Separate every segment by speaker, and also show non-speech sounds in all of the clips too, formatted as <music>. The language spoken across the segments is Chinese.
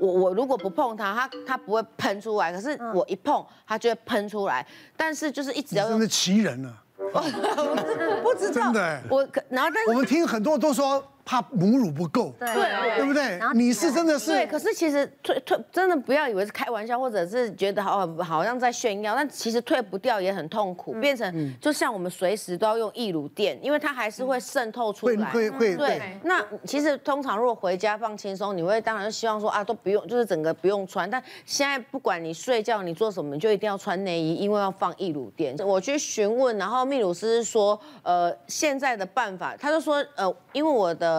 Speaker 1: 我我如果不碰它，它它不会喷出来，可是我一碰它就会喷出来。但是就是一直
Speaker 2: 你
Speaker 1: 要
Speaker 2: 真
Speaker 1: 用，
Speaker 2: 是奇人啊！
Speaker 1: 不知道
Speaker 2: 真的哎
Speaker 1: 我可然后但
Speaker 2: 我
Speaker 1: 是
Speaker 2: 们听很多都说怕母乳不够，
Speaker 3: 对
Speaker 2: 对不对
Speaker 3: 然后？
Speaker 2: 你是真的
Speaker 1: 对，
Speaker 2: 是
Speaker 1: 可是其实退退真的不要以为是开玩笑，或者是觉得好好像在炫耀，但其实退不掉也很痛苦，变
Speaker 2: 嗯
Speaker 1: 成就像我们随时都要用溢乳垫，因为它还是会渗透出
Speaker 2: 会
Speaker 1: 来。
Speaker 2: 会会
Speaker 1: 对
Speaker 2: 对，，
Speaker 1: 那其实通常如果回家放轻松，你会当然希望说啊都不用，就是整个不用穿。但现在不管你睡觉你做什么，你就一定要穿内衣，因为要放易乳垫。我去询问，然后秘鲁斯说，呃，现在的办法，他就说，呃，因为我的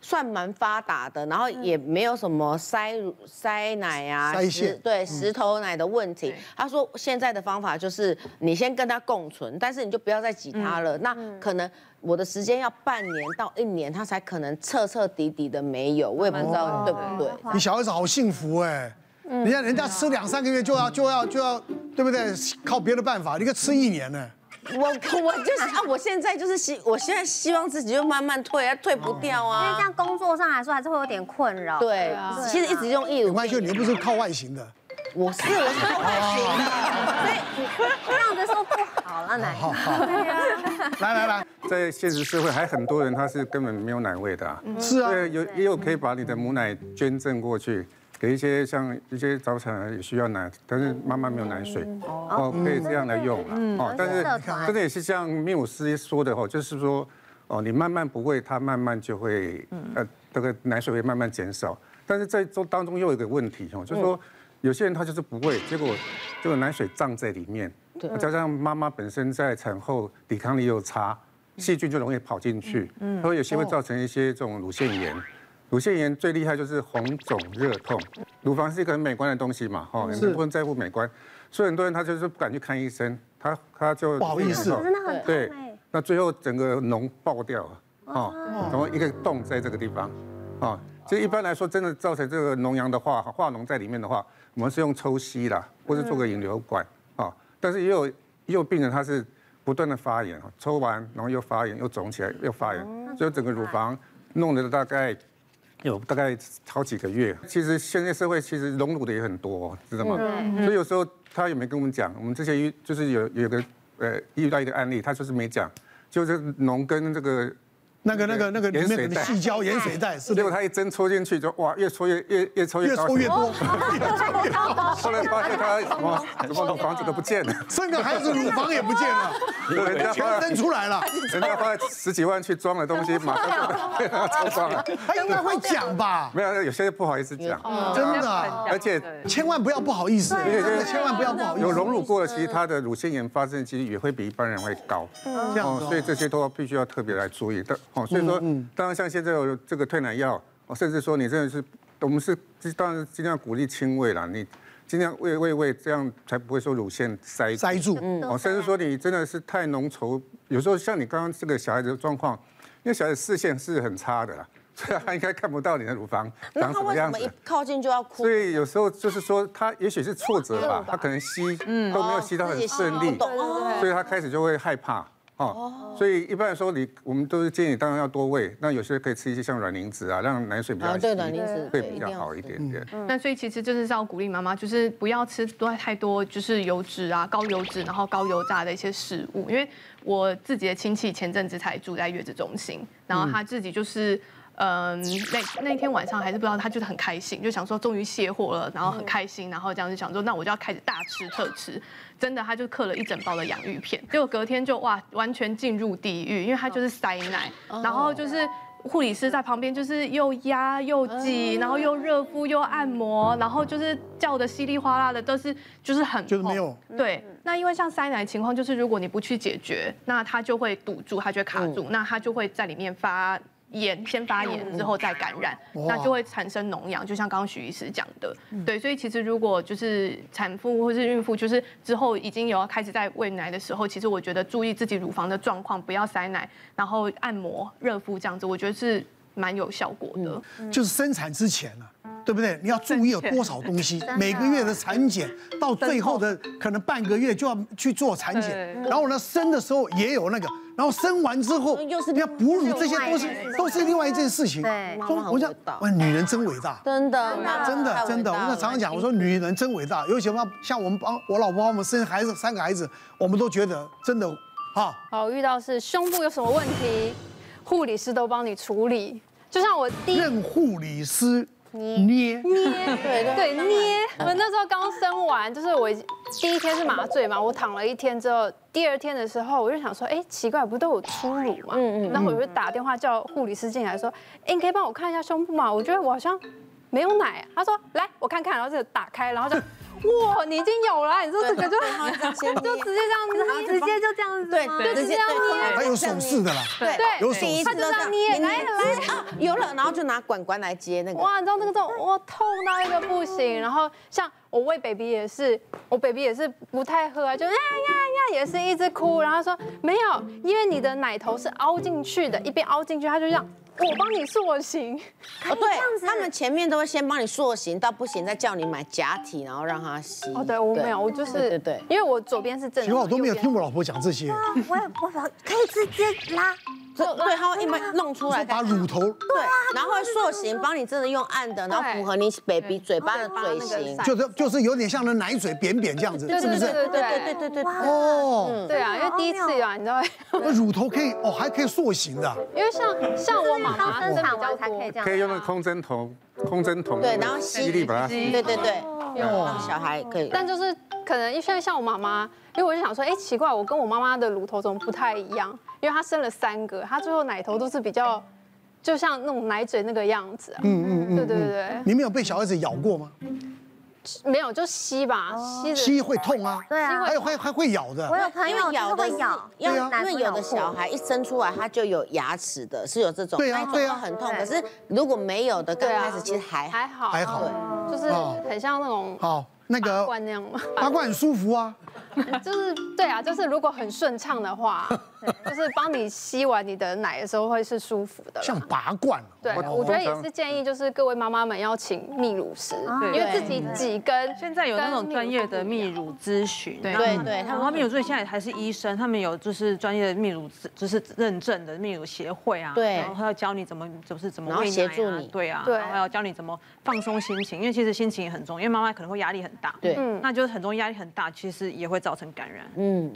Speaker 1: 算蛮发达的，然后也没有什么塞乳塞奶啊、
Speaker 2: 嗯塞
Speaker 1: 石
Speaker 2: 线
Speaker 1: 对石头奶的问题。他说现在的方法就是你先跟他共存，但是你就不要再挤他了。那可能我的时间要半年到一年，他才可能彻彻底底的没有。我也不知道对不对。
Speaker 2: 你小孩子好幸福哎。
Speaker 3: 嗯
Speaker 2: 人家人
Speaker 3: 啊
Speaker 2: 家吃两三个月就要就要就要，对不对？靠别的办法，你可吃一年欸呢。
Speaker 1: 我我就是啊，我现在就是希，我现在希望自己就慢慢退，啊，退不掉
Speaker 3: 因为这
Speaker 1: 啊。
Speaker 3: 样工作上来说还是会有点困扰。
Speaker 1: 对，
Speaker 3: 啊
Speaker 1: 啊其实一直用义
Speaker 2: 没
Speaker 1: 乳
Speaker 2: 关系，你又不是靠外形的。
Speaker 1: 我是我是我外形
Speaker 3: 这样子说不好了，奶
Speaker 2: 好
Speaker 3: <laughs>
Speaker 2: 好，
Speaker 3: 啊
Speaker 2: 来来来，
Speaker 4: 在现实社会，还很多人他是根本没有奶味的、啊。
Speaker 2: 是啊，嗯
Speaker 4: 对，有也有可以把你的母奶捐赠过去，给一些像一些早产儿也需要奶，但是妈妈没有奶水，
Speaker 2: 嗯
Speaker 4: 哦，可以这样来用了。哦，但是
Speaker 3: 社团
Speaker 4: 真的也是像缪姆斯说的哦，就是说，哦，你慢慢不会，它慢慢就会，呃，这个奶水会慢慢减少。但是在中当中又有一个问题哦，就是说有些人他就是不会，结果这个奶水胀在里面，加上妈妈本身在产后抵抗力又差，细菌就容易跑进去，嗯，所以有些会造成一些这种乳腺炎。乳腺炎最厉害就是红肿热痛，乳房是一个很美观的东西嘛，哈，很多人在乎美观，所以很多人他就是不敢去看医生，他他就
Speaker 2: 不好意思
Speaker 3: 真的很
Speaker 4: 对
Speaker 3: 痛哎。，
Speaker 4: 那最后整个脓爆掉了，哦，然后一个洞在这个地方，哦，其实一般来说，真的造成这个脓疡的话，化脓在里面的话，我们是用抽吸啦，或是做个引流管，哦，但是也有也有病人他是不断的发炎，哦抽完然后又发炎，又肿起来，又发炎，所以整个乳房弄了大概有大概好几个月。其实现在社会其实荣辱的也很多、哦，知道吗？所以有时候他也没跟我们讲，我们之前遇就是有有个呃遇到一个案例，他就是没讲，就是脓跟这个
Speaker 2: 那个那个那个里
Speaker 4: 盐水
Speaker 2: 面的
Speaker 4: 袋
Speaker 2: 细胶、盐水袋是
Speaker 4: 结果
Speaker 2: 的，
Speaker 4: 他一针戳进去就哇，越戳越越越戳
Speaker 2: 越
Speaker 4: 越高
Speaker 2: 抽越
Speaker 4: 血
Speaker 2: 多，
Speaker 4: 压。后来发现
Speaker 3: <laughs>
Speaker 4: 他什么什么房子都不见了，
Speaker 2: <laughs> 生个孩子乳房也不见
Speaker 4: <laughs>
Speaker 2: 了，
Speaker 4: 人家花
Speaker 2: 全
Speaker 4: 了
Speaker 2: 生出来了。
Speaker 4: 人家花了十几万去装了东西，马上
Speaker 2: <laughs>
Speaker 4: 就被他抽光了。
Speaker 2: 他应该会讲吧？
Speaker 4: 没有，有些不好意思讲，
Speaker 2: 真的啊，
Speaker 4: 而且
Speaker 2: 千万不要不好意思，
Speaker 3: 对
Speaker 2: 真的千万不要不好意
Speaker 4: 有
Speaker 2: 思。
Speaker 4: 荣辱过的，其实
Speaker 2: 嗯
Speaker 4: 它的乳腺炎发生几率也会比一般人会高，
Speaker 2: 这样子哦嗯
Speaker 4: 所以这些都要必须要特别来注意的。哦，所以说，当然像现在有这个退奶药，哦，甚至说你真的是，我们是当然尽量鼓励亲喂啦，你尽量喂喂喂，这样才不会说乳腺塞住
Speaker 2: 塞住，
Speaker 4: 哦，甚至说你真的是太浓稠，有时候像你刚刚这个小孩子的状况，因为小孩子视线是很差的啦，所以他应该看不到你的乳房
Speaker 1: 那
Speaker 4: 长
Speaker 1: 他
Speaker 4: 什
Speaker 1: 为
Speaker 4: 么
Speaker 1: 什
Speaker 4: 样
Speaker 1: 么
Speaker 4: 子
Speaker 1: 一。靠近就要哭
Speaker 4: 所？以有时候就是说，他也许是挫折吧，他可能吸都没有吸到
Speaker 1: 嗯自己
Speaker 4: 很
Speaker 1: 吸
Speaker 4: 顺利
Speaker 1: 不，懂哦
Speaker 4: 所以他开始就会害怕哦。所以一般来说，你我们都是建议，当然要多喂。那有些可以吃一些像软磷脂啊，让奶水比较
Speaker 1: 啊，对的，零食
Speaker 4: 会
Speaker 1: 对
Speaker 4: 比
Speaker 1: 一定
Speaker 4: 较
Speaker 1: 要
Speaker 4: 好
Speaker 1: 吃嗯
Speaker 4: 一点点。
Speaker 5: 那所以其实就是要鼓励妈妈，就是不要吃多太多就是油脂啊、高油脂，然后高油炸的一些食物。因为我自己的亲戚前阵子才住在月子中心，然后他自己就是。嗯，那那天晚上还是不知道，他就是很开心，就想说终于卸货了，然后很开心，然后这样就想说，那我就要开始大吃特吃，真的他就嗑了一整包的洋芋片，结果隔天就哇，完全进入地狱，因为他就是塞奶，然后就是护理师在旁边，就是又压又挤，然后又热敷又按摩，然后就是叫的稀里哗啦的，都是就是很
Speaker 2: 就是没
Speaker 5: 痛
Speaker 2: 有
Speaker 5: 对。那因为像塞奶情况，就是如果你不去解决，那它就会堵住，它就会卡住，那它就会在里面发。炎先发炎之后再感染，
Speaker 2: 哇
Speaker 5: 那就会产生脓疡，就像刚刚许医师讲的，对，所以其实如果就是产妇或是孕妇，就是之后已经有要开始在喂奶的时候，其实我觉得注意自己乳房的状况，不要塞奶，然后按摩、热敷这样子，我觉得是蛮有效果的。
Speaker 1: 嗯
Speaker 2: 就是生产之前啊。对不对？你要注意有多少东西，每个月的产检，到最后的可能半个月就要去做产检，然后呢，生的时候也有那个，然后生完之后
Speaker 1: 又是
Speaker 2: 要哺乳这些
Speaker 3: 另
Speaker 2: 都
Speaker 3: 外一
Speaker 2: 是
Speaker 3: 件事
Speaker 2: 都是另外一件事情。
Speaker 3: 对
Speaker 1: 妈妈
Speaker 2: 说
Speaker 1: 好
Speaker 2: 我想
Speaker 1: 伟大，
Speaker 2: 哇，女人真伟大。
Speaker 1: 真的，妈妈
Speaker 2: 真
Speaker 1: 太
Speaker 2: 的
Speaker 1: 伟
Speaker 2: 真的，我
Speaker 1: 大
Speaker 2: 们
Speaker 1: 了
Speaker 2: 常常讲，我说女人真伟大，尤其妈像我们帮我老婆帮我们生孩子三个孩子，我们都觉得真的啊，
Speaker 6: 好，遇到是胸部有什么问题，护理师都帮你处理。就像我第一
Speaker 2: 任护理师捏，
Speaker 6: 捏，
Speaker 1: 对对
Speaker 6: <laughs> 对捏，我那时候刚生完，就是我已经第一天是麻醉嘛，我躺了一天之后，第二天的时候我就想说，哎，奇怪，不都有初乳嘛？嗯嗯。然后我就打电话叫护理师进来说，哎，你可以帮我看一下胸部吗？我觉得我好像没有奶。他说，来，我看看。然后就打开，然后就，哇，你已经有了，啊你说这个就 <laughs> 就直接这样捏，
Speaker 3: 直接就这样子
Speaker 1: 对
Speaker 3: 吗，
Speaker 1: 对，
Speaker 6: 就
Speaker 1: 直
Speaker 6: 是
Speaker 1: 接
Speaker 6: 这样捏
Speaker 2: 还有手势的啦，
Speaker 1: 对
Speaker 6: 对
Speaker 2: 有手势
Speaker 6: 他就这样捏，来来。
Speaker 1: 啊，有了，然后就拿管管来接那个。
Speaker 6: 哇，你知道那个这种哇痛到一个不行。然后像我喂 baby 也是，我 baby 也是不太喝啊，就呀呀呀，也是一直哭。然后他说没有，因为你的奶头是凹进去的，一边凹进去，他就这样，我帮你塑形。
Speaker 1: 哦，
Speaker 3: 样子
Speaker 1: 对，他们前面都会先帮你塑形到不行，再叫你买假体，然后让它吸。
Speaker 6: 哦，对我没有，我就是
Speaker 1: 对对对
Speaker 6: 因为我左边是正
Speaker 2: 其实
Speaker 6: 常，
Speaker 2: 我都没有
Speaker 6: 右边
Speaker 2: 听我老婆讲这些，
Speaker 3: 啊我也我可以直接拉，
Speaker 1: 对，对，它会一般弄出来，
Speaker 2: 把乳头
Speaker 1: 对，然后会塑形，帮你真的用按的，然后
Speaker 6: 对
Speaker 1: 符合你 baby 嘴巴的
Speaker 6: 然
Speaker 1: 嘴
Speaker 6: 后把那个
Speaker 1: 型
Speaker 6: 塞。
Speaker 2: 就是就是有点像那奶嘴扁扁这样子，
Speaker 6: 对
Speaker 2: 是不
Speaker 6: 对对
Speaker 2: 是？
Speaker 6: 对对
Speaker 1: 对对对对，
Speaker 2: 哦，
Speaker 6: 对啊，因为第一次啊，你知道，
Speaker 2: 那乳头可以哦，还可以塑形的，
Speaker 6: 因为像像我妈
Speaker 3: 他
Speaker 6: 妈
Speaker 3: 生
Speaker 6: 生
Speaker 3: 产
Speaker 6: 比
Speaker 3: 完
Speaker 6: 较
Speaker 3: 才可以
Speaker 6: 多
Speaker 3: 这。样
Speaker 4: 可以用那个空针筒，空针筒
Speaker 1: 对然后吸
Speaker 4: 吸力把它
Speaker 5: 吸
Speaker 1: 对对对，让小孩可以。
Speaker 6: 但就是可能因为像我妈妈，因为我就想说，哎、奇怪，我跟我妈妈的乳头怎么不太一样？因为她生了三个，她最后奶头都是比较，就像那种奶嘴那个样子、啊。嗯嗯嗯。对对对
Speaker 2: 你们有被小孩子咬过吗？
Speaker 6: 对，没有就吸吧，哦吸着。
Speaker 2: 吸会痛啊，
Speaker 3: 对啊
Speaker 2: 还有还还会咬的
Speaker 3: 我，有朋
Speaker 1: 因
Speaker 3: 友
Speaker 1: 为
Speaker 3: 就是
Speaker 1: 咬的
Speaker 3: 会咬，
Speaker 1: 要
Speaker 2: 对啊
Speaker 1: 因为有的小孩一生出来他就有牙齿的，是有这种，
Speaker 2: 对啊
Speaker 1: 那种
Speaker 2: 对啊
Speaker 1: 会很痛。可是如果没有的，刚
Speaker 6: 对啊
Speaker 1: 开始其实还好。
Speaker 6: 还好，哦
Speaker 2: 还好
Speaker 6: 就是很像那种
Speaker 2: 好，那
Speaker 6: 拔
Speaker 2: 个
Speaker 6: 罐那样嘛， <laughs>
Speaker 2: 拔罐很舒服啊，
Speaker 6: 就是对啊，就是如果很顺畅的话， <laughs> 就是帮你吸完你的奶的时候会是舒服的啦。
Speaker 2: 像拔罐。啊哦
Speaker 6: 对，
Speaker 4: 我
Speaker 6: 我觉得
Speaker 4: 通
Speaker 6: 也
Speaker 4: 常
Speaker 6: 是建议，就是各位妈妈们要请泌乳师，因
Speaker 5: 对
Speaker 6: 为自己挤跟
Speaker 7: 啊现在有那种专业的泌
Speaker 6: 泌
Speaker 7: 乳咨询，
Speaker 5: 对
Speaker 7: 然后
Speaker 1: 对对他
Speaker 7: 然
Speaker 1: 们
Speaker 7: 后他们有时候现在还是医生，他们有就是专业的泌乳咨，就是认证的泌乳协会啊，
Speaker 1: 对
Speaker 7: 然后要教你怎么就是怎么
Speaker 1: 然后
Speaker 7: 喂奶啊
Speaker 1: 协助你
Speaker 7: 对啊，
Speaker 6: 对
Speaker 7: 然后要教你怎么放松心情，因为其实心情也很重要，因为妈妈可能会压力很大，
Speaker 1: 对
Speaker 7: 嗯，那就是很重压力很大，其实也会造成感染，嗯，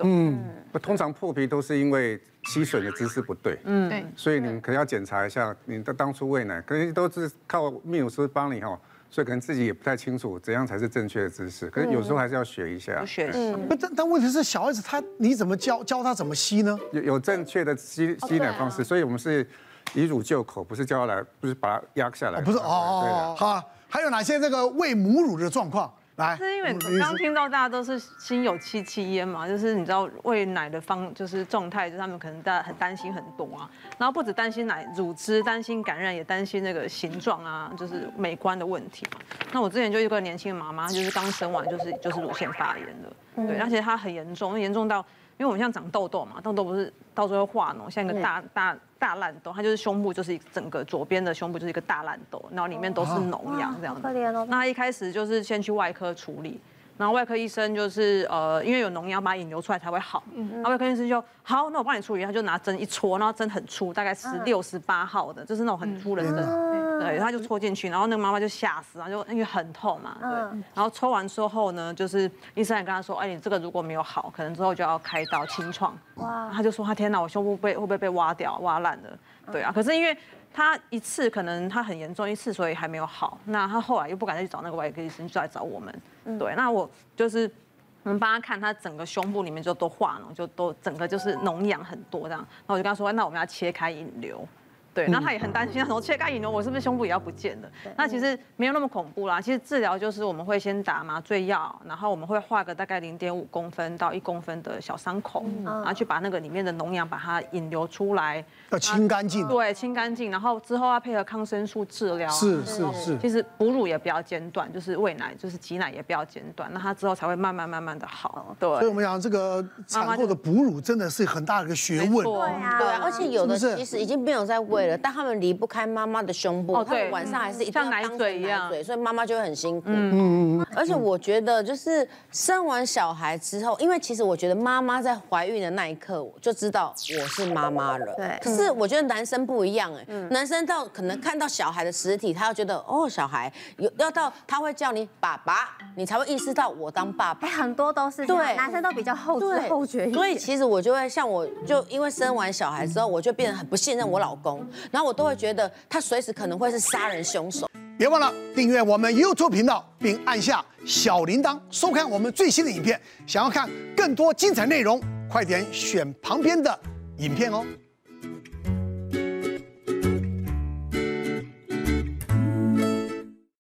Speaker 4: 我通常破皮都是因为吸吮的姿势不对，嗯，
Speaker 5: 对，
Speaker 4: 所以你们可能要检查一下，你的当初喂奶，可能都是靠泌乳师帮你哦，所以可能自己也不太清楚怎样才是正确的姿势，可是有时候还是要学一下
Speaker 7: 不，学习。
Speaker 2: 不，但但问题是，小孩子他你怎么教教他怎么吸呢？
Speaker 4: 有有正确的吸吸奶方式，所以我们是以乳救口，不是叫他来，不是把它压下来，
Speaker 2: 不是哦
Speaker 4: 对啊的
Speaker 2: 哦，哦好，还有哪些这个喂母乳的状况？来，
Speaker 7: 是因为
Speaker 3: 嗯
Speaker 2: 我们
Speaker 7: 刚刚听到大家都是心有戚戚焉嘛，就是你知道喂奶的方就是状态，就是他们可能大家很担心很多啊，然后不止担心奶乳汁，担心感染，也担心那个形状啊，就是美观的问题嘛。那我之前就有一个年轻的妈妈，就是刚生完就是就是乳腺发炎
Speaker 3: 嗯
Speaker 7: 的，对，而且她很严重，严重到。因为我们像长痘痘嘛，痘痘不是到最后化脓，像一个
Speaker 3: 嗯
Speaker 7: 大大大烂痘，它就是胸部就是一整个左边的胸部就是一个大烂痘，然后里面都是脓疡这样子。
Speaker 3: 哦可怜哦
Speaker 7: 那他一开始就是先去外科处理，然后外科医生就是呃，因为有脓疡把它引流出来才会好，然后外科医生就好，那我帮你处理，他就拿针一戳，然后针很粗，大概十六十八号的，就是那种很粗的针。对，他就戳进去，然后那个妈妈就吓死，然后就因为很痛嘛，对。然后抽完之后呢，就是医生也跟他说，哎，你这个如果没有好，可能之后就要开刀清创。哇！他就说他天哪，我胸部被会不会被挖掉、挖烂了？对啊，可是因为他一次可能他很严重一次，所以还没有好。那他后来又不敢再去找那个外科医生，就来找我们。对，那我就是。我们帮他看，他整个胸部里面就都化脓，就都整个就是脓疡很多这样。然后我就跟他说，哎那我们要切开引流。
Speaker 2: 嗯
Speaker 7: 对，那他也很担心，他说切开引流，我是不是胸部也要不见了？那其实没有那么恐怖啦。其实治疗就是我们会先打麻醉药，然后我们会画个大概零点五公分到一公分的小伤口，然后去把那个里面的脓疡把它引流出来，
Speaker 2: 要清干净。
Speaker 7: 对，清干净，然后之后要配合抗生素治疗啊、
Speaker 2: 是是
Speaker 7: 然后
Speaker 2: 是
Speaker 7: 其实哺乳也不要间断，就是喂奶，就是挤奶也不要间断，那它之后才会慢慢慢慢的好。对，
Speaker 2: 所以我们讲这个产后的哺乳真的是很大的一个学
Speaker 7: 没
Speaker 2: 问。
Speaker 7: 错
Speaker 3: 对啊
Speaker 1: 对啊，而且有的
Speaker 2: 是不是
Speaker 1: 其实已经没有在喂会了，但他们离不开妈妈的胸部，
Speaker 7: 哦
Speaker 1: 他们
Speaker 7: 对
Speaker 1: 晚上还是一定
Speaker 7: 像
Speaker 1: 要
Speaker 7: 奶
Speaker 1: 当
Speaker 7: 嘴
Speaker 1: 成
Speaker 7: 一
Speaker 1: 奶
Speaker 7: 样
Speaker 1: 嘴，所以妈妈就会很辛苦。嗯嗯嗯。而且我觉得就是生完小孩之后，因为其实我觉得妈妈在怀孕的那一刻，我就知道我是妈妈了。
Speaker 3: 对
Speaker 1: 可是我觉得男生不一样哎，
Speaker 7: 嗯
Speaker 1: 男生到可能看到小孩的实体，他要觉得哦小孩有，要到他会叫你爸爸，你才会意识到我当爸爸。
Speaker 3: 哎，很多都是这样
Speaker 1: 对
Speaker 3: 男生都比较后知
Speaker 1: 对，
Speaker 3: 后觉一点，
Speaker 1: 所以其实我就会像我，就因为生完小孩之后，我就变得很不信任我老公，然后我都会觉得他随时可能会是杀人凶手。
Speaker 2: 别忘了订阅我们 YouTube 频道，并按下小铃铛，收看我们最新的影片。想要看更多精彩内容，快点选旁边的影片哦。